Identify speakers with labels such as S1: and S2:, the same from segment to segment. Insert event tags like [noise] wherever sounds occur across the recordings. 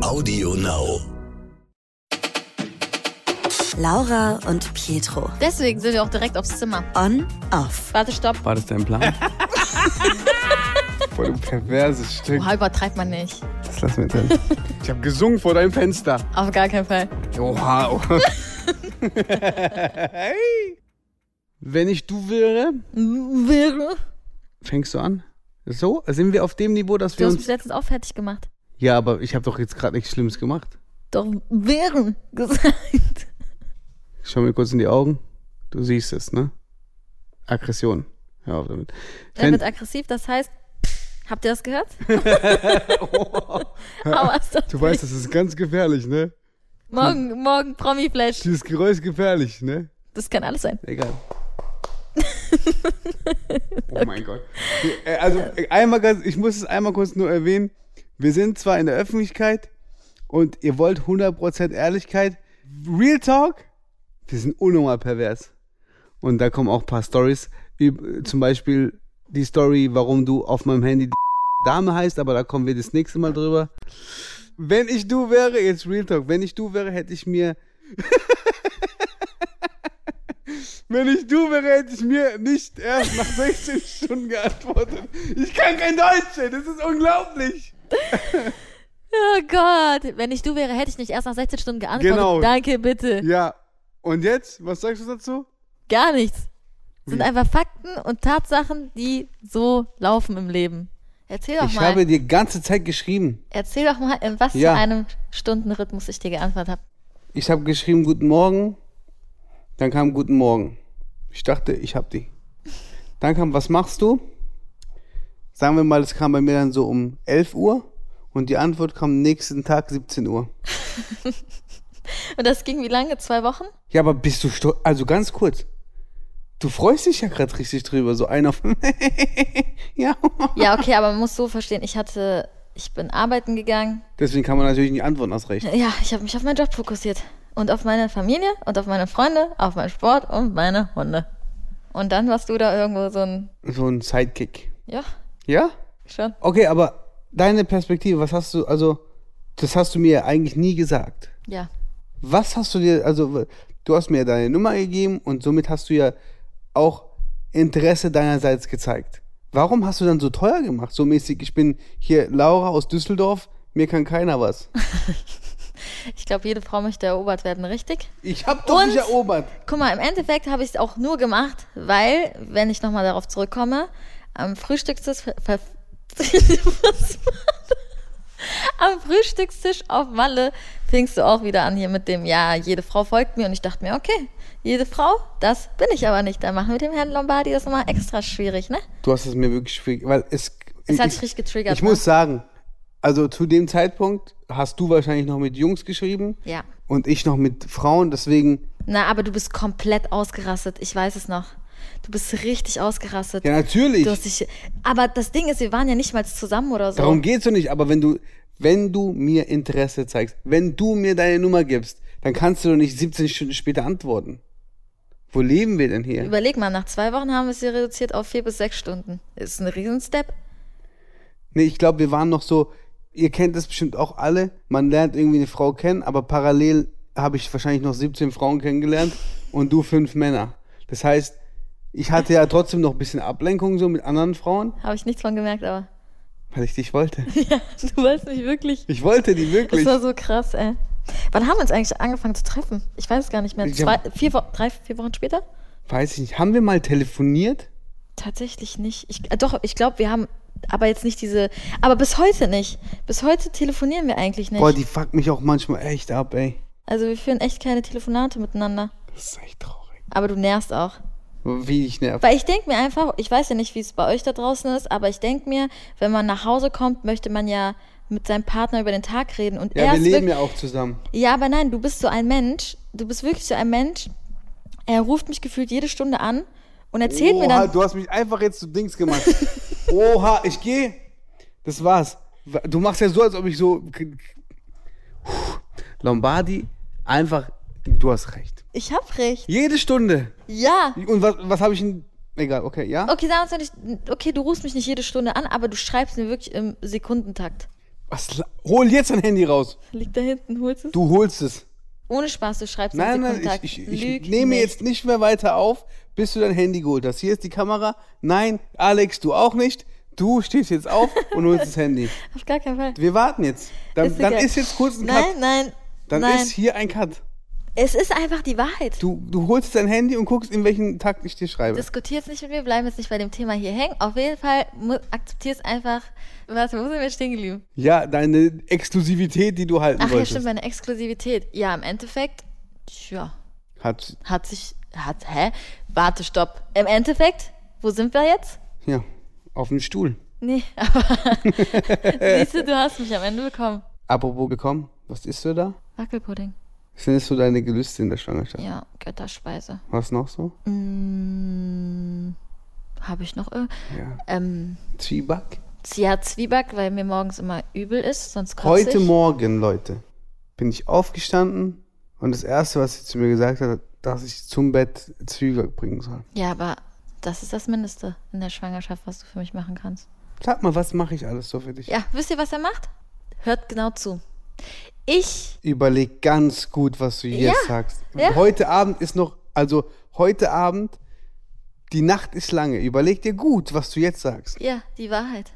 S1: Audio Now.
S2: Laura und Pietro.
S3: Deswegen sind wir auch direkt aufs Zimmer.
S2: On, off.
S3: Warte, stopp.
S4: War das dein Plan?
S5: Voll ein perverses Stück.
S3: Oha, übertreibt man nicht.
S4: Das lassen wir drin.
S5: Ich habe gesungen vor deinem Fenster.
S3: Auf gar keinen Fall.
S5: Oha. oha. Hey. [laughs] Wenn ich du wäre,
S3: Wäre.
S5: fängst du an. So, sind wir auf dem Niveau, dass
S3: Du
S5: wir
S3: hast mich
S5: uns.
S3: letztens auch fertig gemacht.
S5: Ja, aber ich habe doch jetzt gerade nichts Schlimmes gemacht.
S3: Doch wären gesagt.
S5: Ich Schau mir kurz in die Augen. Du siehst es, ne? Aggression. Hör auf damit.
S3: Er
S5: Wenn,
S3: wird aggressiv, das heißt, habt ihr das
S5: [laughs]
S3: gehört? Aua, ist doch
S5: du weißt, das ist ganz gefährlich, ne?
S3: morgen, morgen Promi-Flash.
S5: Dieses Geräusch ist gefährlich, ne?
S3: Das kann alles sein.
S5: Egal. [laughs] oh mein Gott. Äh, Also äh, einmal ganz, ich muss es einmal kurz nur erwähnen. Wir sind zwar in der Öffentlichkeit und ihr wollt 100% Ehrlichkeit. Real Talk, wir sind unnormal pervers. Und da kommen auch ein paar Stories. Zum Beispiel die Story, warum du auf meinem Handy die Dame heißt, aber da kommen wir das nächste Mal drüber. Wenn ich du wäre, jetzt Real Talk, wenn ich du wäre, hätte ich mir Wenn ich du wäre, hätte ich mir nicht erst nach 16 Stunden geantwortet. Ich kann kein Deutsch, ey, das ist unglaublich.
S3: Oh Gott, wenn ich du wäre, hätte ich nicht erst nach 16 Stunden geantwortet.
S5: Genau.
S3: Danke, bitte.
S5: Ja, und jetzt, was sagst du dazu?
S3: Gar nichts. Sind einfach Fakten und Tatsachen, die so laufen im Leben. Erzähl doch
S5: Ich
S3: mal.
S5: habe dir ganze Zeit geschrieben.
S3: Erzähl doch mal, in was
S5: Ja.
S3: für einem Stundenrhythmus ich dir geantwortet habe.
S5: Ich habe geschrieben, guten Morgen. Dann kam guten Morgen. Ich dachte, ich hab die. Dann kam, was machst du? Sagen wir mal, es kam bei mir dann so um 11 Uhr und die Antwort kam nächsten Tag 17 Uhr.
S3: Und das ging wie lange? Zwei Wochen?
S5: Ja, aber bist du stolz? Also ganz kurz. Du freust dich ja gerade richtig drüber, so einer von. [laughs] ja.
S3: Ja, okay, aber man muss so verstehen, ich hatte, ich bin arbeiten gegangen.
S5: Deswegen kann man natürlich nicht antworten aus Recht.
S3: Ja, ich habe mich auf meinen Job fokussiert. Und auf meine Familie und auf meine Freunde, auf meinen Sport und meine Hunde. Und dann warst du da irgendwo so ein,
S5: So ein Sidekick.
S3: ja,
S5: Ja?
S3: schon.
S5: Okay, aber deine Perspektive, was hast du, also, das hast du mir eigentlich nie gesagt.
S3: Ja,
S5: Was hast du dir, also, w- du hast mir ja deine Nummer gegeben und somit hast du ja auch Interesse deinerseits gezeigt. Warum hast du dann so teuer gemacht? So mäßig, ich bin hier Laura aus Düsseldorf, mir kann keiner was.
S3: ich glaube, jede Frau möchte erobert werden, richtig?
S5: Ich hab doch
S3: Und-
S5: nicht erobert.
S3: Guck mal, im Endeffekt habe ich es auch nur gemacht, weil, wenn ich nochmal darauf zurückkomme, am Frühstückstisch. ver- ver- [laughs] Was war das? Am Frühstückstisch auf Malle fingst du auch wieder an hier mit dem, ja, jede Frau folgt mir und ich dachte mir, okay, jede Frau, das bin ich aber nicht. Dann machen wir mit dem Herrn Lombardi das nochmal extra schwierig, ne?
S5: Du hast es mir wirklich schwierig, weil es.
S3: Es hat dich richtig getriggert,
S5: Ich
S3: ne?
S5: muss sagen, also zu dem Zeitpunkt hast du wahrscheinlich noch mit Jungs geschrieben.
S3: Ja.
S5: Und ich noch mit Frauen, deswegen.
S3: Na, aber du bist komplett ausgerastet, ich weiß es noch. Du bist richtig ausgerastet.
S5: Ja, natürlich.
S3: Du hast dich, aber das Ding ist, wir waren ja nicht mal zusammen oder so.
S5: Darum geht's doch nicht, aber wenn du, wenn du mir Interesse zeigst, wenn du mir deine Nummer gibst, dann kannst du doch nicht 17 Stunden später antworten. Wo leben wir denn hier?
S3: Überleg mal, nach zwei Wochen haben wir es hier reduziert auf vier bis sechs Stunden. Ist ein Riesenstep.
S5: Nee, ich glaube, wir waren noch so, ihr kennt das bestimmt auch alle, man lernt irgendwie eine Frau kennen, aber parallel habe ich wahrscheinlich noch 17 Frauen kennengelernt und du fünf Männer. Das heißt, ich hatte ja trotzdem noch ein bisschen Ablenkung so mit anderen Frauen,
S3: Habe ich nichts von gemerkt, aber [laughs]
S5: weil ich dich wollte.
S3: du weißt mich wirklich.
S5: Ich wollte die
S3: Das
S5: wirklich.
S3: war so krass, ey. Wann haben wir uns eigentlich angefangen zu treffen? Ich weiß es gar nicht mehr.
S5: Ich
S3: Zwei,
S5: hab-
S3: vier, Wo- drei, vier Wochen später?
S5: Weiß ich nicht, haben wir mal telefoniert?
S3: Tatsächlich nicht. Ich, äh, doch, ich glaube, wir haben aber jetzt nicht diese. Aber bis heute nicht. Bis heute telefonieren wir eigentlich nicht.
S5: Boah, die fuckt mich auch manchmal echt ab, ey.
S3: also wir führen echt keine Telefonate miteinander.
S5: Das ist echt traurig.
S3: Aber du nervst auch.
S5: Wie ich nerv.
S3: Weil ich denke mir einfach, ich weiß ja nicht, wie es bei euch da draußen ist, aber ich denke mir, wenn man nach Hause kommt, möchte man ja mit seinem Partner über den Tag reden und
S5: Ja,
S3: erst
S5: wir leben
S3: wirk-
S5: ja auch zusammen.
S3: ja, aber nein, du bist so ein Mensch, du bist wirklich so ein Mensch. Er ruft mich gefühlt jede Stunde an und erzählt mir
S5: Oha,
S3: dann
S5: Oh, halt du hast mich einfach jetzt zu
S3: [laughs]
S5: Dings gemacht. Oha, ich gehe. Das war's. Du machst ja so, als ob ich so. Puh. Lombardi, einfach. Du hast recht.
S3: ich hab recht.
S5: Jede Stunde.
S3: Ja.
S5: Und was, was habe ich denn. Egal, okay, ja?
S3: Okay, sagen wir es doch nicht, okay, du rufst mich nicht jede Stunde an, aber du schreibst mir wirklich im Sekundentakt.
S5: Was, la- hol jetzt dein Handy raus.
S3: Liegt da hinten, holst es?
S5: Du holst es.
S3: Ohne Spaß, du schreibst
S5: Nein,
S3: in den
S5: nein,
S3: Kontakt.
S5: ich, ich,
S3: Lüg
S5: ich nehme
S3: nicht.
S5: jetzt nicht mehr weiter auf, bis du dein Handy geholt hast. Hier ist die Kamera. Nein, Alex, du auch nicht. Du stehst jetzt auf und holst das Handy.
S3: Auf gar keinen Fall.
S5: Wir warten jetzt. Dann ist, dann
S3: egal.
S5: ist jetzt kurz ein Cut.
S3: Nein, nein.
S5: dann
S3: nein.
S5: ist hier ein Cut.
S3: es ist einfach die Wahrheit.
S5: Du, du holst dein Handy und guckst, in welchen Takt ich dir schreibe.
S3: Diskutier jetzt nicht mit mir, bleib jetzt nicht bei dem Thema hier hängen. Auf jeden Fall mu- akzeptier es einfach. Warte, wo sind wir stehen geblieben?
S5: ja, deine Exklusivität, die du halten
S3: Ach ja,
S5: wolltest.
S3: stimmt, meine Exklusivität. Ja, im Endeffekt, ja,
S5: Hat,
S3: hat sich, hat, hä? Warte, stopp. Im Endeffekt, wo sind wir jetzt?
S5: ja, auf dem Stuhl.
S3: Nee, [laughs] aber siehst du, du hast mich am Ende bekommen.
S5: Apropos gekommen, was isst du da?
S3: Wackelpudding.
S5: Sind es so deine Gelüste in der Schwangerschaft?
S3: Ja, Götterspeise.
S5: Was noch so?
S3: Mm, Habe ich noch irgend...
S5: Ja.
S3: Ähm,
S5: Zwieback?
S3: ja, Zwieback, weil mir morgens immer übel ist, sonst kotze
S5: Heute
S3: ich.
S5: Morgen, Leute, bin ich aufgestanden und das Erste, was sie zu mir gesagt hat, dass ich zum Bett Zwieback bringen soll.
S3: Ja, aber das ist das Mindeste in der Schwangerschaft, was du für mich machen kannst.
S5: Sag mal, was mache ich alles so für dich?
S3: Ja, wisst ihr, was er macht? Hört genau zu. Ich,
S5: Überleg ganz gut, was du jetzt
S3: Ja,
S5: sagst.
S3: ja.
S5: Heute Abend ist noch, also heute Abend, die Nacht ist lange. Überleg dir gut, was du jetzt sagst.
S3: ja, die Wahrheit.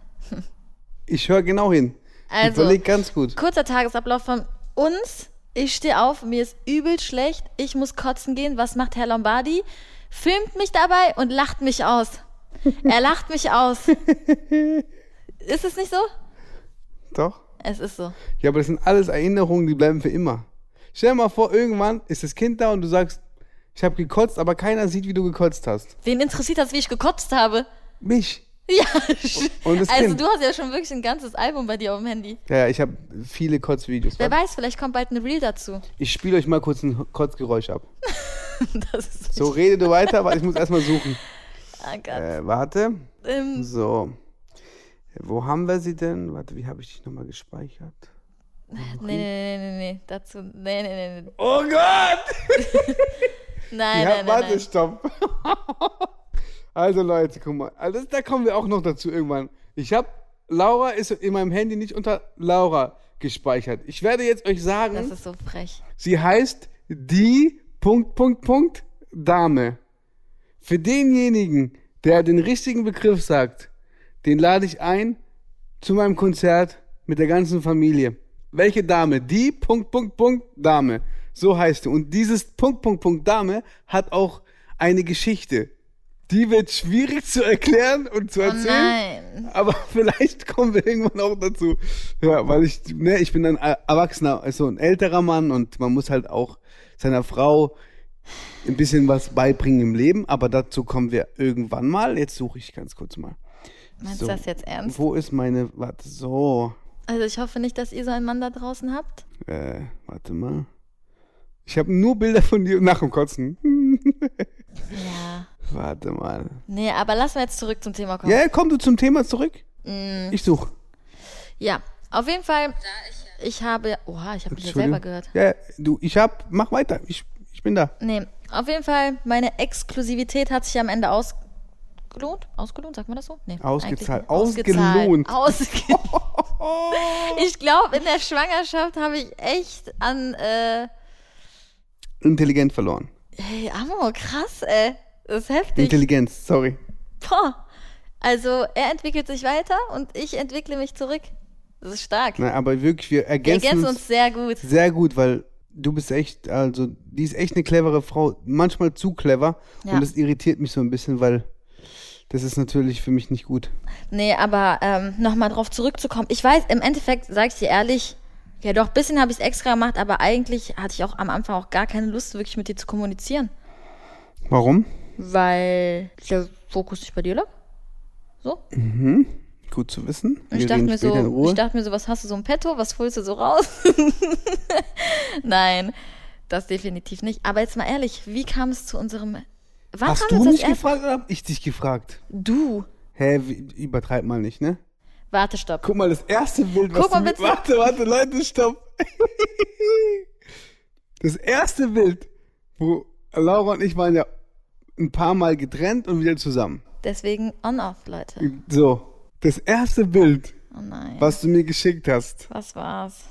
S5: Ich höre genau hin.
S3: Also-
S5: Überleg ganz gut.
S3: Kurzer Tagesablauf von uns. Ich stehe auf, mir ist übel schlecht, ich muss kotzen gehen. Was macht Herr Lombardi? Filmt mich dabei und lacht mich aus. Er lacht mich
S5: [laughs]
S3: aus. Ist es nicht so?
S5: Doch.
S3: Es ist so.
S5: Ja, aber das sind alles Erinnerungen, die bleiben für immer. Stell dir mal vor, irgendwann ist das Kind da und du sagst, ich habe gekotzt, aber keiner sieht, wie du gekotzt hast.
S3: Wen interessiert das, wie ich gekotzt habe?
S5: Mich.
S3: Ja,
S5: [laughs] Und das
S3: also
S5: Kind.
S3: du hast ja schon wirklich ein ganzes Album bei dir auf dem Handy.
S5: Ja, ja, ich habe viele Kotzvideos.
S3: Wer weiß, vielleicht kommt bald ein Reel dazu.
S5: Ich spiele euch mal kurz ein Kotzgeräusch ab.
S3: Das ist
S5: So, rede du weiter, aber ich muss
S3: [laughs]
S5: erstmal suchen.
S3: Ah, Gott.
S5: Äh, warte.
S3: Ähm,
S5: So. Wo haben wir sie denn? Warte, wie habe ich dich nochmal gespeichert?
S3: nee, nee, nee, nee, nee, dazu. Nee, nee, nee, nee.
S5: Oh
S3: [laughs]
S5: Gott!
S3: Nein,
S5: ja,
S3: nein,
S5: warte,
S3: nein, nein.
S5: stopp. [laughs] also Leute, guck mal. Also, das- da kommen wir auch noch dazu irgendwann. Ich habe Laura ist in meinem Handy nicht unter Laura gespeichert. Ich werde jetzt euch
S3: Das
S5: sagen,
S3: ist so frech.
S5: sie heißt die Punkt Punkt Punkt Dame. Für denjenigen, der den richtigen Begriff sagt, den lade ich ein zu meinem Konzert mit der ganzen Familie. Welche Dame? Die Punkt, Punkt, Punkt Dame. So heißt du. Und dieses Punkt, Punkt, Punkt Dame hat auch eine Geschichte. Die wird schwierig zu erklären und zu erzählen.
S3: Oh nein.
S5: Aber [laughs] vielleicht kommen wir irgendwann auch dazu. Ja, weil ich, ne, ich bin ein Erwachsener, also ein älterer Mann und man muss halt auch seiner Frau ein bisschen was beibringen im Leben. Aber dazu kommen wir irgendwann mal. Jetzt suche ich ganz kurz mal.
S3: Meinst
S5: So.
S3: du das jetzt ernst?
S5: Wo ist meine. Warte, so.
S3: Also ich hoffe nicht, dass ihr so einen Mann da draußen habt.
S5: Äh, warte mal. Ich habe nur Bilder von dir nach dem Kotzen. Hm,
S3: Ja.
S5: warte mal.
S3: Nee, aber lass mal jetzt zurück zum Thema kommen.
S5: Ja, ja, komm du zum Thema zurück.
S3: Mm,
S5: Ich suche.
S3: ja. Auf jeden Fall, ich habe. Oha, ich habe mich jetzt selber gehört.
S5: Ja, du, ich hab. Mach weiter. Ich, ich bin da.
S3: Nee, auf jeden Fall, meine Exklusivität hat sich am Ende ausgelohnt. Ausgelohnt, sagt man das so? Nee,
S5: Ausgezahlt.
S3: eigentlich nicht.
S5: Ausgelohnt.
S3: Ausge
S5: [laughs]
S3: ich glaube, in der Schwangerschaft habe ich echt an. Äh,
S5: Intelligent verloren.
S3: hey, Amo, krass, ey. Das ist heftig.
S5: Intelligenz, sorry.
S3: Boah. Also, er entwickelt sich weiter und ich entwickle mich zurück. Das ist stark.
S5: Nein, aber wirklich, wir
S3: Wir
S5: ergänzen,
S3: ergänzen
S5: uns
S3: uns sehr gut.
S5: sehr gut, weil du bist echt, also, die ist echt eine clevere Frau. Manchmal zu clever.
S3: Ja.
S5: Und das irritiert mich so ein bisschen, weil das ist natürlich für mich nicht gut.
S3: Nee, aber ähm, nochmal drauf zurückzukommen. Ich weiß, im Endeffekt, sag ich dir ehrlich, ja doch, ein bisschen habe ich es extra gemacht, aber eigentlich hatte ich auch am Anfang auch gar keine Lust, wirklich mit dir zu kommunizieren.
S5: Warum?
S3: Weil der Fokus nicht bei dir lag. So.
S5: Mhm. Gut zu wissen.
S3: Und ich
S5: Wir
S3: dachte,
S5: reden
S3: mir
S5: später in
S3: so,
S5: Ruhe.
S3: ich dachte mir so, was hast du so im Petto? Was holst du so raus? [laughs] Nein, das definitiv nicht. Aber jetzt mal ehrlich, wie kam es zu unserem. Wann kam
S5: Hast du
S3: jetzt das
S5: mich
S3: erste-
S5: gefragt oder hab ich dich gefragt?
S3: Du.
S5: Hä, wie- übertreib mal nicht, ne?
S3: Warte, stopp.
S5: Guck mal, das erste Bild, was
S3: Guck mal
S5: du mir-
S3: bitte.
S5: Warte, warte, Leute, stopp. [laughs] Das erste Bild, wo Laura und ich waren ja ein paar Mal getrennt und wieder zusammen.
S3: Deswegen on-off, Leute.
S5: So, das erste Bild,
S3: Oh nein.
S5: was du mir geschickt hast.
S3: Was war's?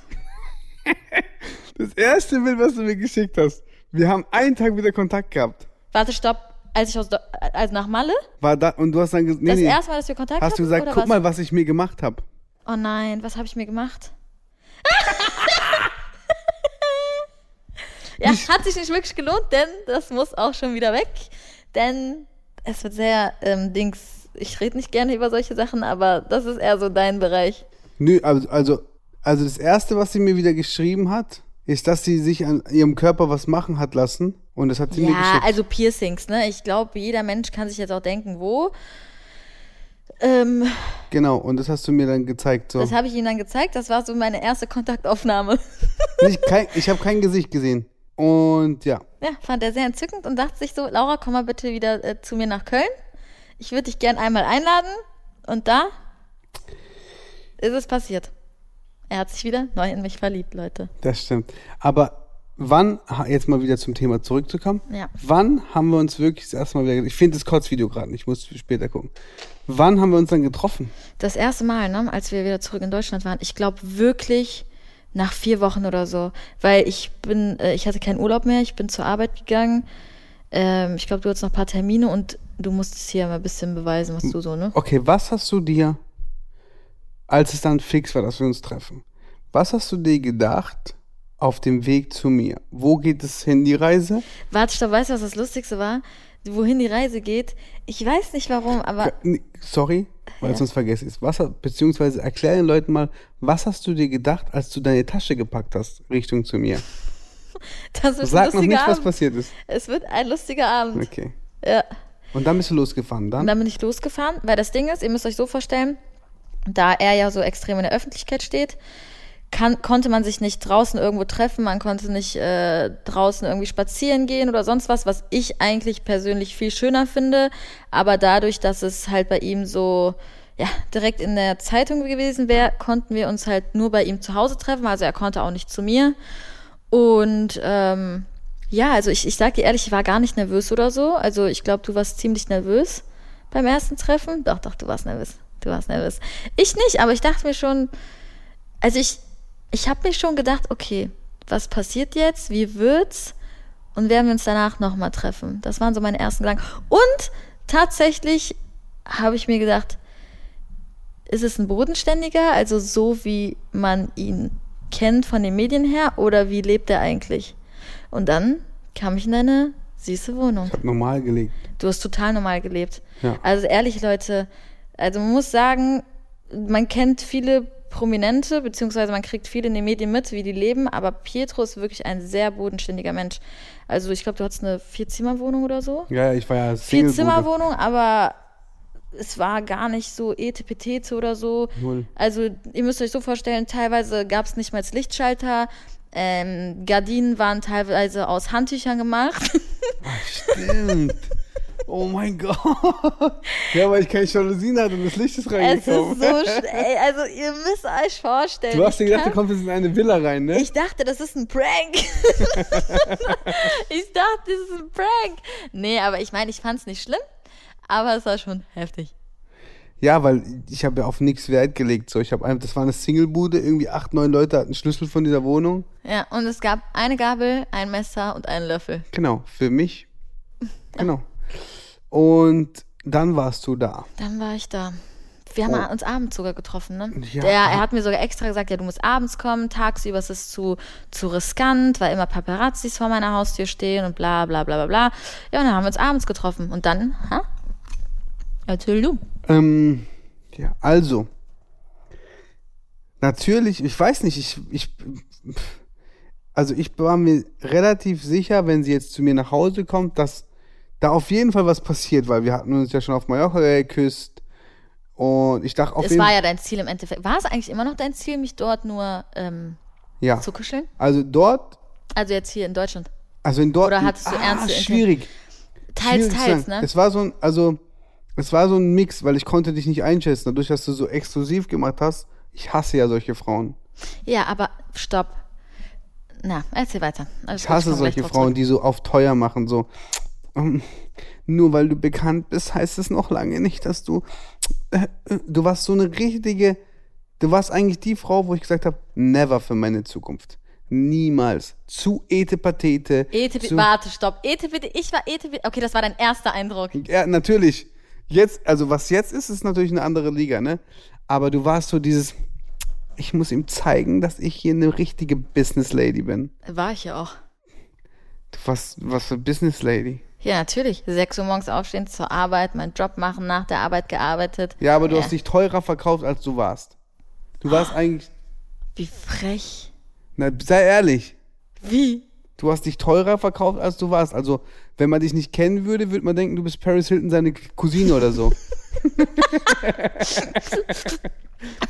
S5: Das erste Bild, was du mir geschickt hast. Wir haben einen Tag wieder Kontakt gehabt.
S3: Warte, stopp. Als ich aus, Do- also nach Malle?
S5: War da, und du hast dann gesagt, nee,
S3: das
S5: nee.
S3: erste Mal, dass wir Kontakt
S5: hast du
S3: hatten,
S5: gesagt,
S3: oder
S5: guck
S3: was?
S5: mal, was ich mir gemacht habe.
S3: Oh nein, was habe ich mir
S5: [laughs]
S3: gemacht? ja, hat sich nicht wirklich gelohnt, denn das muss auch schon wieder weg. Denn es wird sehr ähm, Dings. Ich rede nicht gerne über solche Sachen, aber das ist eher so dein Bereich.
S5: Nö, also, also, also das erste, was sie mir wieder geschrieben hat, ist, dass sie sich an ihrem Körper was machen hat lassen. Und das hat sie mir
S3: Ja,
S5: geschickt.
S3: also Piercings, ne? Ich glaube, jeder Mensch kann sich jetzt auch denken, wo. Ähm,
S5: genau, und das hast du mir dann gezeigt. So.
S3: Das habe ich ihnen dann gezeigt. Das war so meine erste Kontaktaufnahme.
S5: [laughs] Nicht, kein, ich habe kein Gesicht gesehen. Und ja,
S3: Ja, fand er sehr entzückend und dachte sich so, Laura, komm mal bitte wieder äh, zu mir nach Köln. Ich würde dich gern einmal einladen. Und da ist es passiert. Er hat sich wieder neu in mich verliebt, Leute.
S5: das stimmt. Aber wann, ha- jetzt mal wieder zum Thema zurückzukommen,
S3: Ja.
S5: wann haben wir uns wirklich das erste Mal wieder, ich finde das Kurzvideo gerade nicht, ich muss später gucken. Wann haben wir uns dann getroffen?
S3: Das erste Mal, ne, als wir wieder zurück in Deutschland waren, ich glaube wirklich nach vier Wochen oder so, weil ich bin, äh, ich hatte keinen Urlaub mehr, ich bin zur Arbeit gegangen. Ähm, ich glaube, du hattest noch ein paar Termine und du musstest hier mal ein bisschen beweisen, was du so, ne?
S5: Okay, was hast du dir, als es dann fix war, dass wir uns treffen, was hast du dir gedacht auf dem Weg zu mir? Wo geht es hin, die Reise?
S3: Warte, stopp, weißt du, was das Lustigste war? Wohin die Reise geht? Ich weiß nicht warum, aber
S5: Nee, Äh, Sorry, weil sonst vergesse ich es. Was, hat- beziehungsweise erklär den Leuten mal, was hast du dir gedacht, als du deine Tasche gepackt hast, Richtung zu mir?
S3: das wird ein
S5: Sag noch
S3: lustiger
S5: nicht, was
S3: Abend.
S5: passiert ist.
S3: es wird ein lustiger Abend.
S5: Okay.
S3: Ja.
S5: Und dann bist du losgefahren, dann?
S3: Und dann bin ich losgefahren, weil das Ding ist, ihr müsst euch so vorstellen, da er ja so extrem in der Öffentlichkeit steht, kann, konnte man sich nicht draußen irgendwo treffen, man konnte nicht äh, draußen irgendwie spazieren gehen oder sonst was, was ich eigentlich persönlich viel schöner finde. Aber dadurch, dass es halt bei ihm so ja, direkt in der Zeitung gewesen wäre, konnten wir uns halt nur bei ihm zu Hause treffen. Also er konnte auch nicht zu mir. Und ähm, ja, also ich, ich sag dir ehrlich, ich war gar nicht nervös oder so. Also ich glaube, du warst ziemlich nervös beim ersten Treffen. Doch, doch, du warst nervös. Du warst nervös. Ich nicht, aber ich dachte mir schon, also ich, ich habe mir schon gedacht, okay, was passiert jetzt? Wie wird's? Und werden wir uns danach nochmal treffen? Das waren so meine ersten Gedanken. Und tatsächlich habe ich mir gedacht, ist es ein bodenständiger, also so wie man ihn kennt von den Medien her, oder wie lebt er eigentlich? Und dann kam ich in eine süße Wohnung.
S5: Ich hab normal gelegt.
S3: Du hast total normal gelebt.
S5: Ja.
S3: Also ehrlich, Leute, also man muss sagen, man kennt viele Prominente, beziehungsweise man kriegt viele in den Medien mit, wie die leben, aber Pietro ist wirklich ein sehr bodenständiger Mensch. Also ich glaube, du hattest eine Vierzimmerwohnung oder so.
S5: Ja, ja, ich war ja Single.
S3: Vierzimmerwohnung, aber es war gar nicht so etepetete oder so.
S5: Null.
S3: Also ihr müsst euch so vorstellen, teilweise gab es nicht mal als Lichtschalter. Ähm, Gardinen waren teilweise aus Handtüchern gemacht.
S5: Stimmt. Oh mein Gott. Ja, weil ich keine Jalousien hatte und das Licht ist
S3: Es ist so,
S5: reingekommen.
S3: sch- ey, also ihr müsst euch vorstellen.
S5: du hast dir
S3: ich
S5: gedacht, du
S3: kann-
S5: kommst jetzt in eine Villa rein, ne?
S3: ich dachte, das ist ein
S5: [laughs]
S3: Prank. ich dachte, das ist ein Prank. Nee, aber ich meine, ich fand's nicht schlimm, aber es war schon heftig.
S5: Ja, weil ich habe ja auf nichts Wert gelegt. So, ich habe einfach, das war eine Singlebude, irgendwie acht, neun Leute hatten Schlüssel von dieser Wohnung.
S3: Ja, und es gab eine Gabel, ein Messer und einen Löffel.
S5: Genau, für mich. Genau. Und dann warst du da.
S3: Dann war ich da. Wir haben uns abends sogar getroffen, ne?
S5: Oh. Ja.
S3: Der, er hat mir sogar extra gesagt, ja, du musst abends kommen, tagsüber ist es zu, zu riskant, weil immer Paparazzis vor meiner Haustür stehen und bla bla bla bla bla. Ja, und dann haben wir uns abends getroffen. Und dann, ha? Erzähl du.
S5: Ähm, ja, also. Natürlich, ich weiß nicht, ich, ich, pff, also ich war mir relativ sicher, wenn sie jetzt zu mir nach Hause kommt, dass da auf jeden Fall was passiert, weil wir hatten uns ja schon auf Mallorca geküsst und ich dachte auf
S3: es
S5: jeden
S3: war ja dein Ziel im Endeffekt. War es eigentlich immer noch dein Ziel, mich dort nur ähm,
S5: ja,
S3: zu kuscheln?
S5: also dort,
S3: Also jetzt hier in Deutschland.
S5: also in dort,
S3: Oder hattest du ernste Inten-
S5: schwierig,
S3: Teils,
S5: schwierig zu
S3: teils,
S5: sagen.
S3: ne?
S5: Es war so ein, also es war so ein Mix, weil ich konnte dich nicht einschätzen, dadurch, dass du so exklusiv gemacht hast. Ich hasse ja solche Frauen.
S3: Ja, aber stopp. Na, erzähl weiter. Alles
S5: Ich
S3: gut,
S5: hasse
S3: komm gleich
S5: solche
S3: drauf
S5: Frauen,
S3: zurück.
S5: die so auf teuer machen, so. ähm, Nur weil du bekannt bist, heißt es noch lange nicht, dass du. äh, äh, Du warst so eine richtige Du warst eigentlich die Frau, wo ich gesagt habe, never für meine Zukunft. Niemals. Zu etepatete.
S3: Ete,
S5: zu,
S3: warte, stopp. Ete, bitte, ich war Ete, bitte. Okay, das war dein erster Eindruck.
S5: Ja, natürlich. Jetzt, also was jetzt ist, ist natürlich eine andere Liga, ne? Aber du warst so dieses, ich muss ihm zeigen, dass ich hier eine richtige Business Lady bin.
S3: War ich ja auch.
S5: Du warst, was für Business Lady?
S3: Ja, natürlich. 6 Uhr morgens aufstehen, zur Arbeit, meinen Job machen, nach der Arbeit gearbeitet.
S5: Ja, aber du
S3: Äh,
S5: hast dich teurer verkauft, als du warst. Du warst eigentlich,
S3: Wie frech.
S5: na, sei ehrlich,
S3: Wie? [laughs]
S5: Du hast dich teurer verkauft, als du warst. Also, wenn man dich nicht kennen würde, würde man denken, du bist Paris Hilton seine Cousine
S3: [laughs]
S5: oder so.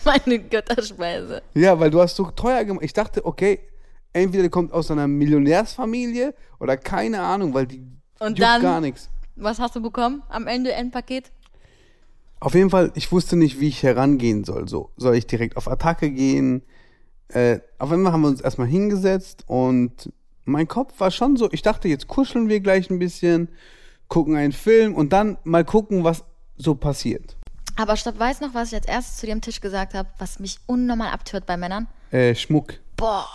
S3: Meine Götterspeise.
S5: ja, weil du hast so teuer gemacht. Ich dachte, okay, entweder du kommst aus einer Millionärsfamilie oder keine Ahnung, weil die
S3: Und
S5: juckt
S3: dann-
S5: gar nichts.
S3: Was hast du bekommen am Ende Endpaket?
S5: Auf jeden Fall, ich wusste nicht, wie ich herangehen soll. So, soll ich direkt auf Attacke gehen? Äh, auf einmal haben wir uns erstmal hingesetzt und mein Kopf war schon so, ich dachte, jetzt kuscheln wir gleich ein bisschen, gucken einen Film und dann mal gucken, was so passiert.
S3: Aber stopp, weiß noch, was ich als erstes zu dir am Tisch gesagt habe, was mich unnormal abtört bei Männern?
S5: Äh, Schmuck.
S3: Boah.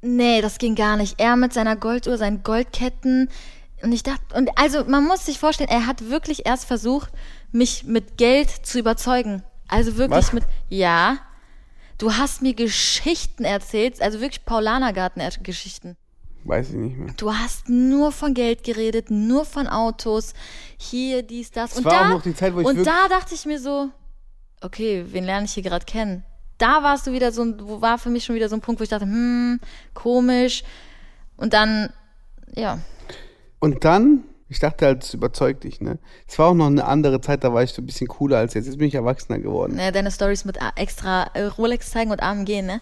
S3: Nee, das ging gar nicht. Er mit seiner Golduhr, seinen Goldketten. Und ich dachte, und also man muss sich vorstellen, er hat wirklich erst versucht, mich mit Geld zu überzeugen. Also wirklich
S5: Was?
S3: mit, ja, du hast mir Geschichten erzählt, also wirklich Paulanergarten-Geschichten.
S5: Weiß ich nicht mehr.
S3: Du hast nur von Geld geredet, nur von Autos, hier, dies, das.
S5: Es
S3: und
S5: war
S3: da,
S5: auch noch die Zeit, wo ich
S3: Und
S5: wirklich-
S3: da dachte ich mir so, okay, wen lerne ich hier gerade kennen? Da warst du wieder so, ein- wo war für mich schon wieder so ein Punkt, wo ich dachte, hm, komisch. Und dann, ja,
S5: Und dann, ich dachte halt, es überzeugt dich, ne? Es war auch noch eine andere Zeit, da war ich so ein bisschen cooler als jetzt. Jetzt bin ich erwachsener geworden.
S3: ne, deine Stories mit A- extra äh, Rolex zeigen und AMG,
S5: [laughs]
S3: ne?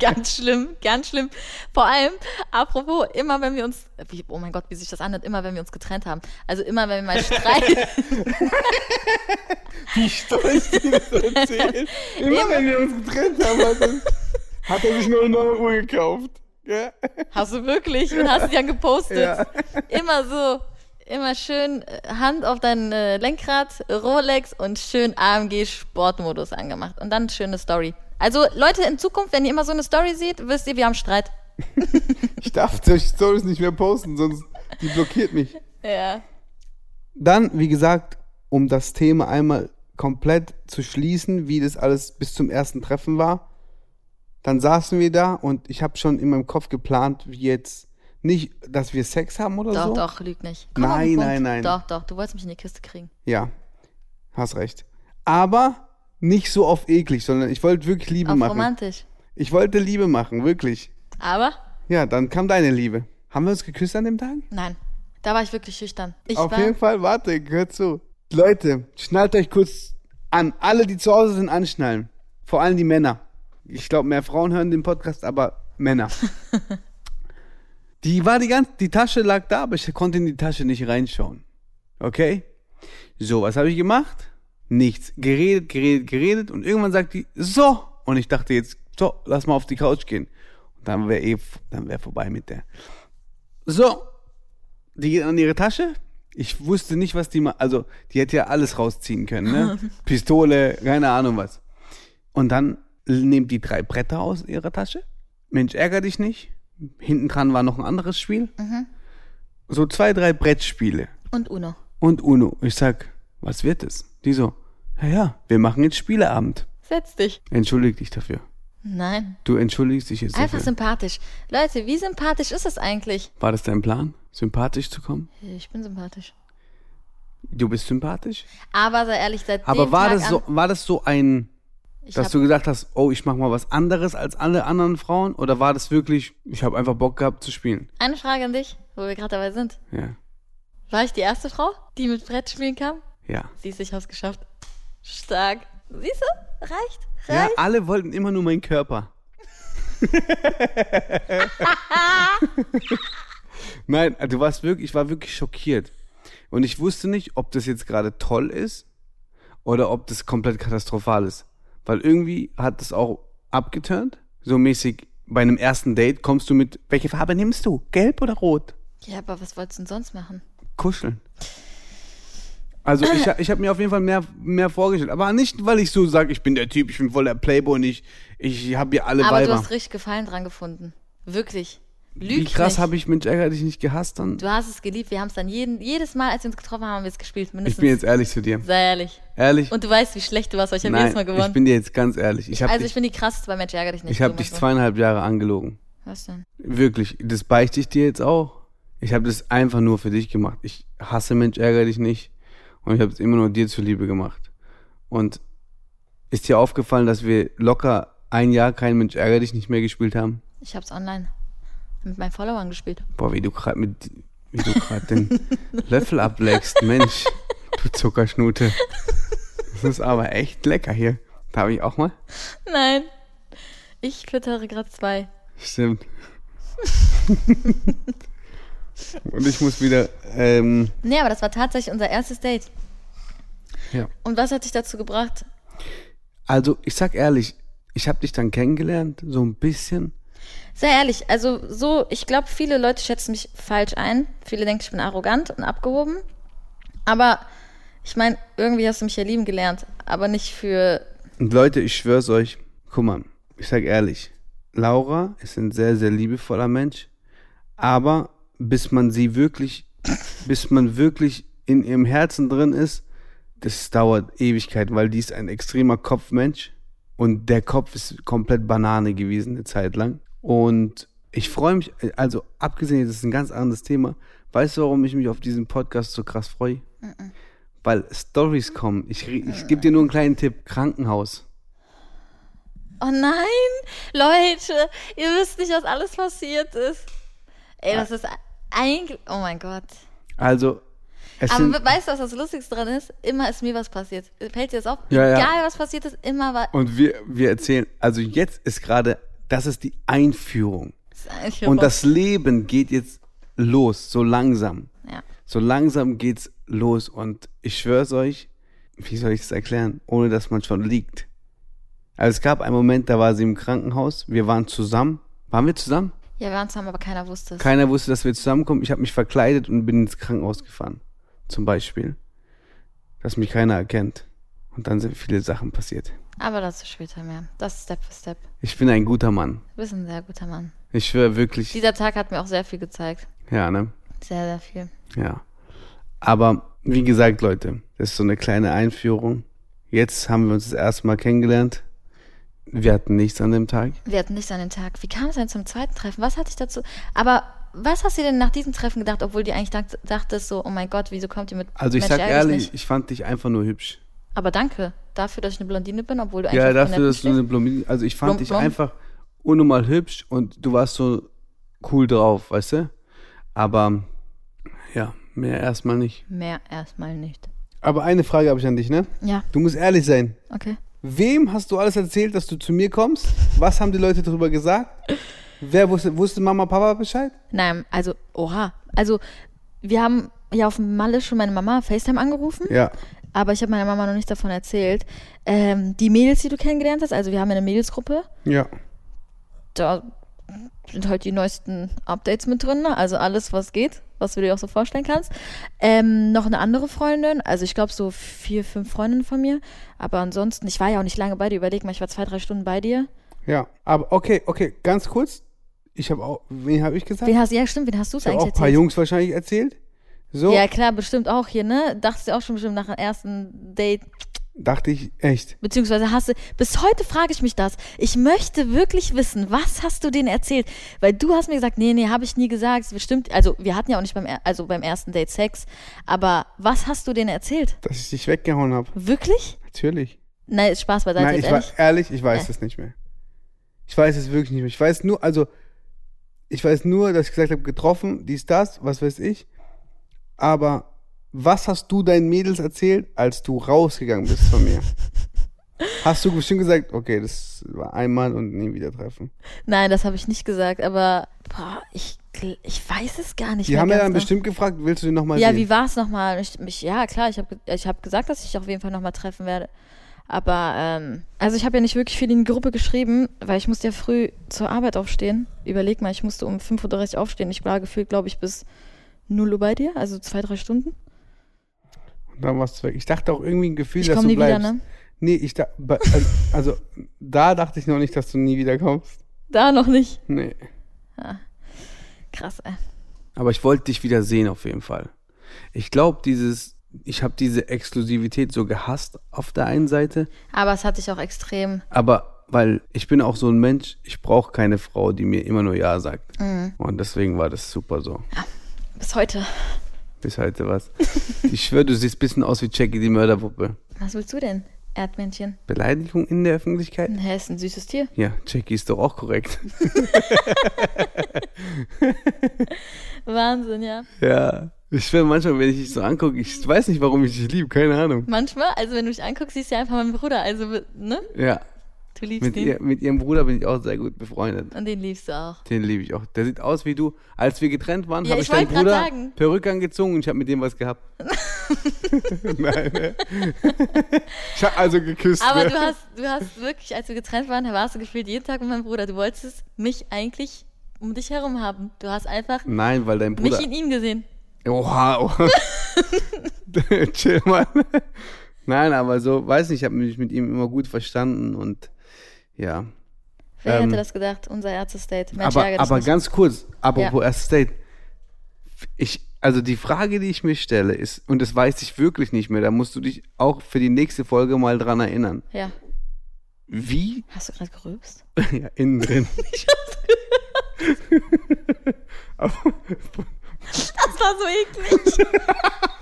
S3: ganz schlimm, ganz schlimm. Vor allem, apropos, immer wenn wir uns, wie, oh mein Gott, wie sich das anhört, immer wenn wir uns getrennt haben. Also immer wenn wir
S5: [laughs]
S3: mal streiten.
S5: Wie stolz [laughs] die das erzählen. Immer wenn wir uns getrennt haben, hat er- hat er sich nur eine neue Uhr gekauft. Ja?
S3: Hast du wirklich und hast sie dann gepostet.
S5: Ja.
S3: Immer so, immer schön äh, Hand auf dein äh, Lenkrad, Rolex und schön AMG Sportmodus angemacht und dann schöne Story. Also Leute, in Zukunft, wenn ihr immer so eine Story seht, wisst ihr, wir haben Streit.
S5: Ich darf solche Stories nicht mehr posten, sonst die blockiert mich.
S3: Ja.
S5: Dann, wie gesagt, um das Thema einmal komplett zu schließen, wie das alles bis zum ersten Treffen war, dann saßen wir da und ich habe schon in meinem Kopf geplant, wie jetzt nicht, dass wir Sex haben oder
S3: Doch,
S5: so.
S3: doch, lüg nicht. Komm auf
S5: Also? Nein,
S3: den Punkt.
S5: nein, nein.
S3: Doch, doch, du wolltest mich in die Kiste kriegen.
S5: Ja, hast recht. Aber nicht so auf eklig, sondern ich wollte wirklich Liebe
S3: Auf
S5: machen.
S3: romantisch.
S5: Ich wollte Liebe machen, wirklich.
S3: Aber
S5: Ja, dann kam deine Liebe. Haben wir uns geküsst an dem Tag?
S3: nein, da war ich wirklich schüchtern. Ich
S5: Auf
S3: war
S5: jeden Fall, warte, hört zu. Leute, schnallt euch kurz an. Alle, die zu Hause sind, anschnallen. Vor allem die Männer. Ich glaube, mehr Frauen hören den Podcast, aber
S3: [laughs]
S5: Männer. die war die ganze, die Tasche lag da, aber ich konnte in die Tasche nicht reinschauen. Okay? So, was habe ich gemacht? Nichts. Geredet, geredet, geredet und irgendwann sagt die, so. Und ich dachte jetzt, so, lass mal auf die Couch gehen. Und dann wäre eh, dann wäre vorbei mit der. So, die geht an ihre Tasche. Ich wusste nicht, was die mal. Also, die hätte ja alles rausziehen
S3: [laughs]
S5: können, ne? Pistole, keine Ahnung was. Und dann nimmt die drei Bretter aus ihrer Tasche. Mensch, ärger dich nicht. Hinten dran war noch ein anderes Spiel.
S3: Mhm.
S5: So zwei, drei Brettspiele
S3: und Uno.
S5: und Uno. Ich sag, was wird es? Die so, ja, ja, wir machen jetzt Spieleabend.
S3: Setz dich.
S5: Entschuldige dich dafür.
S3: Nein.
S5: Du entschuldigst dich jetzt
S3: Einfach
S5: dafür.
S3: sympathisch. Leute, wie sympathisch ist es eigentlich?
S5: War das dein Plan, sympathisch zu kommen?
S3: Ich bin sympathisch.
S5: Du bist sympathisch.
S3: Aber sei ehrlich, seit
S5: Aber
S3: dem
S5: war
S3: Tag
S5: das, so,
S3: an,
S5: war das so ein,
S3: ich
S5: dass
S3: hab-
S5: du gedacht hast, oh, ich mache mal was anderes als alle anderen Frauen? Oder war das wirklich, ich habe einfach Bock gehabt zu spielen?
S3: eine Frage an dich, wo wir gerade dabei sind.
S5: Ja.
S3: War ich die erste Frau, die mit Brettspielen kam?
S5: Ja.
S3: Siehst du, ich hab's geschafft. Stark. Siehst du? Reicht?
S5: Ja,
S3: Reicht?
S5: alle wollten immer nur meinen Körper. [laughs] Nein, du warst wirklich, ich war wirklich schockiert. Und ich wusste nicht, ob das jetzt gerade toll ist oder ob das komplett katastrophal ist. Weil irgendwie hat das auch abgeturnt. So mäßig bei einem ersten Date kommst du mit, welche Farbe nimmst du? Gelb oder rot?
S3: Ja. aber was wolltest du denn sonst machen?
S5: Kuscheln. Also ich, ich habe mir auf jeden Fall mehr, mehr vorgestellt. Aber nicht, weil ich so sage, ich bin der Typ, ich bin voll der Playboy und ich, ich habe hier alle
S3: Aber du
S5: Weiber.
S3: hast richtig Gefallen dran gefunden. Wirklich. Lüg
S5: Wie krass
S3: nicht.
S5: habe ich Mensch ärgere dich nicht gehasst dann?
S3: Du hast es geliebt. Wir haben es dann jeden, jedes Mal, als wir uns getroffen haben, haben wir es gespielt.
S5: Ich
S3: Mindestens.
S5: bin jetzt ehrlich zu dir.
S3: Sei ehrlich.
S5: Ehrlich?
S3: Und du weißt, wie schlecht du warst, weil ich habe
S5: Nein,
S3: jedes Mal
S5: ich
S3: gewonnen.
S5: bin dir jetzt ganz ehrlich. Ich habe
S3: also ich
S5: dich,
S3: bin die krasseste bei Mensch, ärger dich nicht.
S5: ich hab
S3: Thomas.
S5: dich zweieinhalb Jahre angelogen.
S3: Was denn?
S5: Wirklich, das beichte ich dir jetzt auch. Ich habe das einfach nur für dich gemacht. Ich hasse Mensch, ärgere dich nicht. Und ich habe es immer nur dir zuliebe gemacht. Und ist dir aufgefallen, dass wir locker ein Jahr kein Mensch, ärgere dich nicht mehr gespielt haben?
S3: Ich hab's online mit meinen Followern gespielt.
S5: Boah, wie du gerade mit, wie du gerade den Löffel ableckst, Mensch, du Zuckerschnute. Das ist aber echt lecker hier. Darf ich auch mal?
S3: Nein. Ich füttere gerade zwei.
S5: Stimmt. Und ich muss wieder, ähm,
S3: Nee, aber das war tatsächlich unser erstes Date.
S5: ja.
S3: Und was hat dich dazu gebracht?
S5: Also, ich sag ehrlich, ich habe dich dann kennengelernt, so ein bisschen.
S3: Sehr ehrlich, also so, ich glaube, viele Leute schätzen mich falsch ein. Viele denken, ich bin arrogant und abgehoben. Aber ich meine, irgendwie hast du mich ja lieben gelernt, aber nicht für.
S5: Und Leute, ich schwör's euch, guck mal, ich sag ehrlich, Laura ist ein sehr, sehr liebevoller Mensch, aber bis man sie wirklich, bis man wirklich in ihrem Herzen drin ist, das dauert Ewigkeit, weil die ist ein extremer Kopfmensch und der Kopf ist komplett Banane gewesen eine Zeit lang. Und ich freue mich, also abgesehen, das ist ein ganz anderes Thema. Weißt du, warum ich mich auf diesen Podcast so krass freue? Weil Stories kommen. Ich, re- ich gebe dir nur einen kleinen Tipp: Krankenhaus.
S3: Oh nein, Leute, ihr wisst nicht, was alles passiert ist. Ey, das ist eigentlich. Oh mein Gott.
S5: Also, es
S3: Aber
S5: sind,
S3: we- weißt du, was das Lustigste dran ist? Immer ist mir was passiert. Fällt dir das auf?
S5: Ja, ja.
S3: Egal, was passiert ist, immer war.
S5: und wir, wir erzählen, also jetzt ist gerade, das ist die Einführung.
S3: ist eigentlich
S5: Und das Leben geht jetzt los, so langsam.
S3: Ja.
S5: So langsam geht's los und ich schwör's euch, wie soll ich es erklären, ohne dass man schon liegt. Also es gab einen Moment, da war sie im Krankenhaus, wir waren zusammen. Waren wir zusammen?
S3: ja, wir waren zusammen, aber keiner wusste es.
S5: Keiner wusste, dass wir zusammenkommen. Ich habe mich verkleidet und bin ins Krankenhaus gefahren. Zum Beispiel. Dass mich keiner erkennt. Und dann sind viele Sachen passiert.
S3: aber dazu später mehr. Das ist Step für Step.
S5: Ich bin ein guter Mann.
S3: Du bist ein sehr guter Mann.
S5: Ich schwöre wirklich.
S3: Dieser Tag hat mir auch sehr viel gezeigt.
S5: Ja, ne?
S3: Sehr, sehr viel.
S5: Ja. Aber wie gesagt, Leute, das ist so eine kleine Einführung. Jetzt haben wir uns das erste Mal kennengelernt. Wir hatten nichts an dem Tag.
S3: Wir hatten nichts an den Tag. Wie kam es denn zum zweiten Treffen? Was hat dich dazu. Aber was hast du denn nach diesem Treffen gedacht, obwohl du eigentlich dacht, dachtest, so, oh mein Gott, wieso kommt ihr mit.
S5: Also ich
S3: Mensch,
S5: sag
S3: ärgere dich
S5: ehrlich,
S3: nicht?
S5: ich fand dich einfach nur hübsch.
S3: Aber danke dafür, dass ich eine Blondine bin, obwohl du eigentlich.
S5: Ja,
S3: auf
S5: dafür,
S3: Brünetten
S5: dass du
S3: stehst.
S5: eine Blondine. Also ich fand
S3: Blom-
S5: dich
S3: blond.
S5: einfach unnormal hübsch und du warst so cool drauf, weißt du? Aber ja, mehr erstmal nicht.
S3: Mehr erstmal nicht.
S5: Aber eine Frage habe ich an dich, ne?
S3: Ja,
S5: Du musst ehrlich sein.
S3: okay.
S5: Wem hast du alles erzählt, dass du zu mir kommst? Was haben die Leute darüber gesagt? Wer wusste, wusste Mama, Papa Bescheid?
S3: Nein, also, oha. Also, wir haben ja auf Malle schon meine Mama FaceTime angerufen.
S5: Ja.
S3: Aber ich habe meiner Mama noch nicht davon erzählt. Ähm, die Mädels, die du kennengelernt hast, also wir haben ja eine Mädelsgruppe,
S5: Ja.
S3: da sind halt die neuesten Updates mit drin, ne? also alles, was geht, was du dir auch so vorstellen kannst. Ähm, noch eine andere Freundin, also ich glaube so vier, fünf Freundinnen von mir. Aber ansonsten, ich war ja auch nicht lange bei dir, überleg mal, ich war zwei, drei Stunden bei dir.
S5: Ja. Aber okay, okay, ganz kurz. Ich habe auch, wen habe ich gesagt?
S3: Wen hast du, ja stimmt, wen hast du es
S5: ich habe auch
S3: eigentlich
S5: ein paar
S3: erzählt?
S5: Jungs wahrscheinlich erzählt. So
S3: Ja klar, bestimmt auch hier, ne? Dachtest du auch schon bestimmt nach dem ersten Date,
S5: dachte ich echt.
S3: Beziehungsweise hast du, bis heute frage ich mich das. Ich möchte wirklich wissen, was hast du denen erzählt? Weil du hast mir gesagt, nee, nee, habe ich nie gesagt. Es Bestimmt, also wir hatten ja auch nicht beim, er- also beim ersten Date Sex. Aber was hast du denen erzählt?
S5: Dass ich dich weggehauen habe.
S3: Wirklich?
S5: Natürlich.
S3: Nein, ist Spaß beiseite,
S5: Nein,
S3: jetzt
S5: ich war
S3: ehrlich. Äh.
S5: ehrlich, ich weiß
S3: Ja.
S5: es nicht mehr. Ich weiß es wirklich nicht mehr. Ich weiß nur, also ich weiß nur, dass ich gesagt habe, getroffen, dies, das, was weiß ich. Aber was hast du deinen Mädels erzählt, als du rausgegangen bist von
S3: [laughs]
S5: mir? hast du bestimmt gesagt, okay, das war einmal und nie wieder treffen.
S3: Nein, das habe ich nicht gesagt, aber boah, ich, gl- ich weiß es gar nicht.
S5: Die
S3: mehr
S5: haben ja
S3: ganz
S5: dann
S3: genau.
S5: bestimmt gefragt, willst du den nochmal
S3: Ja,
S5: sehen?
S3: wie war es nochmal? Ich, mich, ja, klar, ich habe ich hab gesagt, dass ich dich auf jeden Fall nochmal treffen werde. Aber, ähm, also ich habe ja nicht wirklich viel in die Gruppe geschrieben, weil ich musste ja früh zur Arbeit aufstehen. Überleg mal, ich musste um 5.30 Uhr aufstehen. Ich war gefühlt, glaube ich, bis 0 Uhr bei dir, also zwei, drei Stunden.
S5: dann warst du weg. Ich dachte auch irgendwie ein Gefühl,
S3: Ich
S5: dass
S3: komm
S5: du
S3: nie wieder,
S5: bleibst.
S3: ne?
S5: Nee, ich da, ba- also, also da dachte ich noch nicht, dass du nie wiederkommst.
S3: Da noch nicht. Ah,
S5: Nee.
S3: Krass, ey.
S5: Aber ich wollte dich wieder sehen auf jeden Fall. Ich glaube, dieses, ich habe diese Exklusivität so gehasst auf der einen Seite,
S3: Aber es hat dich auch extrem.
S5: aber weil ich bin auch so ein Mensch, ich brauche keine Frau, die mir immer nur Ja sagt. Und deswegen war das super so.
S3: mm, Bis heute.
S5: Bis heute was. ich schwöre, du siehst ein bisschen aus wie Jackie die Mörderpuppe.
S3: Was willst du denn, Erdmännchen?
S5: Beleidigung in der Öffentlichkeit?
S3: Hä, ist ein süßes Tier.
S5: Ja, Jackie ist doch auch korrekt.
S3: Wahnsinn, ja.
S5: ja. Ich schwöre manchmal, wenn ich dich so angucke, ich weiß nicht, warum ich dich liebe, keine Ahnung.
S3: Manchmal, also wenn du mich anguckst, siehst du ja einfach meinen Bruder. Also, ne?
S5: Ja.
S3: Du liebst
S5: Mit,
S3: ihn.
S5: ihr, mit ihrem Bruder bin ich auch sehr gut befreundet.
S3: Und den liebst du auch.
S5: Den liebe ich auch. Der sieht aus wie du. Als wir getrennt waren,
S3: Ja,
S5: habe
S3: ich
S5: ich, deinen
S3: wollte grad
S5: Bruder
S3: sagen.
S5: Perücke angezogen und ich habe mit dem was
S3: [laughs]
S5: gehabt. Nein. ne? ich habe also geküsst.
S3: Aber
S5: ne?
S3: du hast, du hast wirklich, als wir getrennt waren, da warst du gefühlt jeden Tag mit meinem Bruder. Du wolltest mich eigentlich um dich herum haben. Du hast einfach
S5: Nein, weil dein Bruder.
S3: mich in ihm gesehen.
S5: Oha. oha. [laughs] Chill, Mann. Nein, aber so, weiß nicht, ich habe mich mit ihm immer gut verstanden und ja.
S3: Wer
S5: Ähm,
S3: hätte das gedacht? Unser erstes Date. Mensch, ärgere
S5: aber
S3: dich
S5: aber
S3: nicht.
S5: ganz kurz, apropos erstes Date. Ich, also die Frage, die ich mir stelle, ist, und das weiß ich wirklich nicht mehr, da musst du dich auch für die nächste Folge mal dran erinnern.
S3: Ja.
S5: Wie? [laughs]
S3: Hast du gerade gerübst?
S5: Ja, innen drin. aber,
S3: [laughs] Das war so eklig.
S5: [laughs]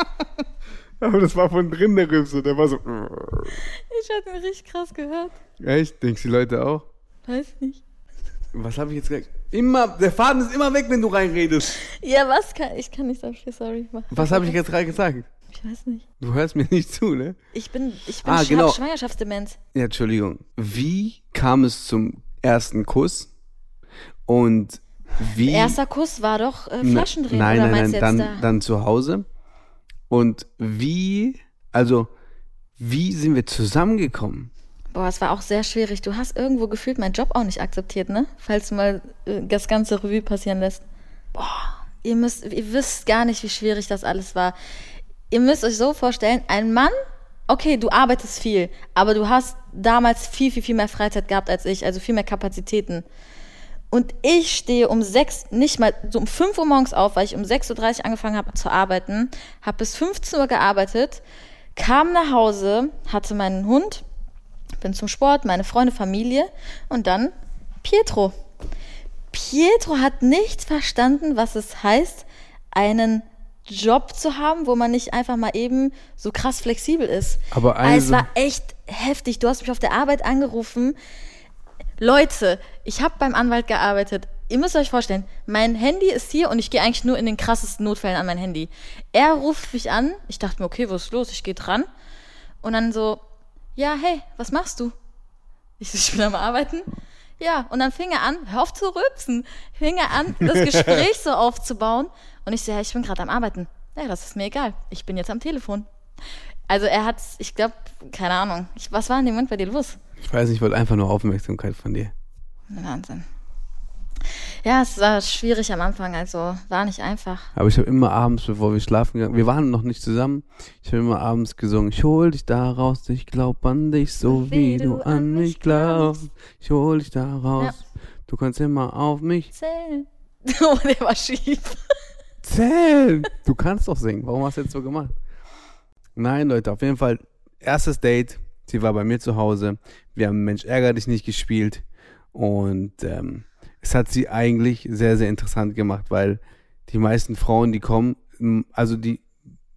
S5: aber das war von drin der Rips und der war so.
S3: Ich hatte ihn richtig krass gehört.
S5: Echt? Denkst du die Leute auch?
S3: Weiß nicht.
S5: Was habe ich jetzt gesagt? Immer, der Faden ist immer weg, wenn du reinredest.
S3: Ja, was kann ich kann nicht dafür, sorry. Mach-
S5: Was habe ich jetzt gerade gesagt?
S3: Ich weiß nicht.
S5: Du hörst mir nicht zu, ne?
S3: Ich bin ich bin
S5: Ah,
S3: ich
S5: genau.
S3: hab Schwangerschaftsdemenz.
S5: Ja, Entschuldigung. Wie kam es zum ersten Kuss? Und wie.
S3: Erster Kuss war doch äh, Flaschendrehen
S5: Ne, Nein,
S3: oder
S5: nein,
S3: meinst
S5: nein,
S3: du
S5: dann,
S3: jetzt da?
S5: dann zu Hause. Und wie, also, wie sind wir zusammengekommen?
S3: Boah, es war auch sehr schwierig. Du hast irgendwo gefühlt meinen Job auch nicht akzeptiert, ne? Falls du mal äh, das ganze Revue passieren lässt. Boah, ihr müsst ihr wisst gar nicht, wie schwierig das alles war. Ihr müsst euch so vorstellen, ein Mann Okay, du arbeitest viel, aber du hast damals viel, viel, viel mehr Freizeit gehabt als ich, also viel mehr Kapazitäten. Und ich stehe um sechs, nicht mal, so um fünf Uhr morgens auf, weil ich um 6.30 Uhr angefangen habe zu arbeiten, habe bis 15 Uhr gearbeitet, kam nach Hause, hatte meinen Hund, bin zum Sport, meine Freunde, Familie und dann Pietro. Pietro hat nicht verstanden, was es heißt, einen Job zu haben, wo man nicht einfach mal eben so krass flexibel ist. Ah,
S5: Aber
S3: es
S5: also-
S3: war echt heftig. Du hast mich auf der Arbeit angerufen. Leute, ich habe beim Anwalt gearbeitet. Ihr müsst euch vorstellen, mein Handy ist hier und ich gehe eigentlich nur in den krassesten Notfällen an mein Handy. Er ruft mich an. Ich dachte mir, okay, was ist los? Ich gehe dran. Und dann so, ja, hey, was machst du? Ich, so, ich bin am Arbeiten. Ja, und dann fing er an, hör auf zu rülpsen, fing er an, das Gespräch so aufzubauen. Und ich so, ja, ich bin gerade am Arbeiten. Ja, das ist mir egal. Ich bin jetzt am Telefon. Also er hat, ich glaube, keine Ahnung. Ich, was war in dem Moment bei dir los?
S5: Ich weiß nicht, ich wollte einfach nur Aufmerksamkeit von dir.
S3: Wahnsinn. Ja, es war schwierig am Anfang, also war nicht einfach.
S5: Aber ich habe immer abends, bevor wir schlafen gegangen, wir waren noch nicht zusammen, ich habe immer abends gesungen, ich hol dich da raus, ich glaub an dich, so wie, du an mich glaubst. Ich hol dich da raus, du kannst immer auf mich
S3: Zählen. [laughs] Oh, der war schief.
S5: Zählen. Du kannst doch singen. Warum hast du jetzt so gemacht? Nein, Leute, auf jeden Fall. Erstes Date. Sie war bei mir zu Hause. Wir haben Mensch ärger dich nicht gespielt. Und ähm, es hat sie eigentlich sehr, sehr interessant gemacht, weil die meisten Frauen, die kommen, m, also die,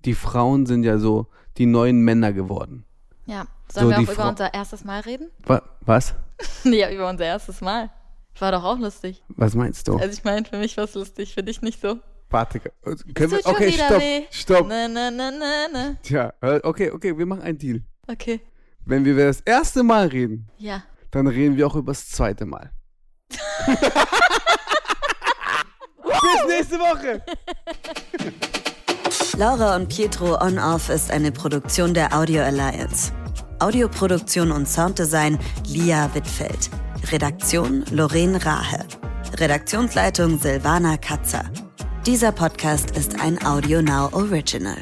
S5: die Frauen sind ja so die neuen Männer geworden.
S3: Ja, sollen
S5: So,
S3: wir auch
S5: die
S3: über
S5: Frau-
S3: unser erstes Mal reden? [laughs]
S5: Wa was?
S3: ja, über unser erstes Mal. War doch auch lustig.
S5: Was meinst du?
S3: Also ich meine, für mich war es lustig, für dich nicht so.
S5: Warte, äh, können wir,
S3: Tut schon
S5: okay,
S3: wieder
S5: stopp,
S3: weh.
S5: stopp.
S3: Ne, ne, ne, ne, ne.
S5: Tja, äh, okay, okay, wir machen einen Deal.
S3: Okay.
S5: Wenn wir das erste Mal reden,
S3: Ja.
S5: dann reden wir auch über das zweite Mal. Bis nächste Woche.
S2: Laura und Pietro On Off ist eine Produktion der Audio Alliance. Audioproduktion und Sounddesign Lia Wittfeld. Redaktion Lorraine Rahe. Redaktionsleitung Silvana Katzer. Dieser Podcast ist ein Audio Now Original.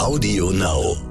S1: Audio Now.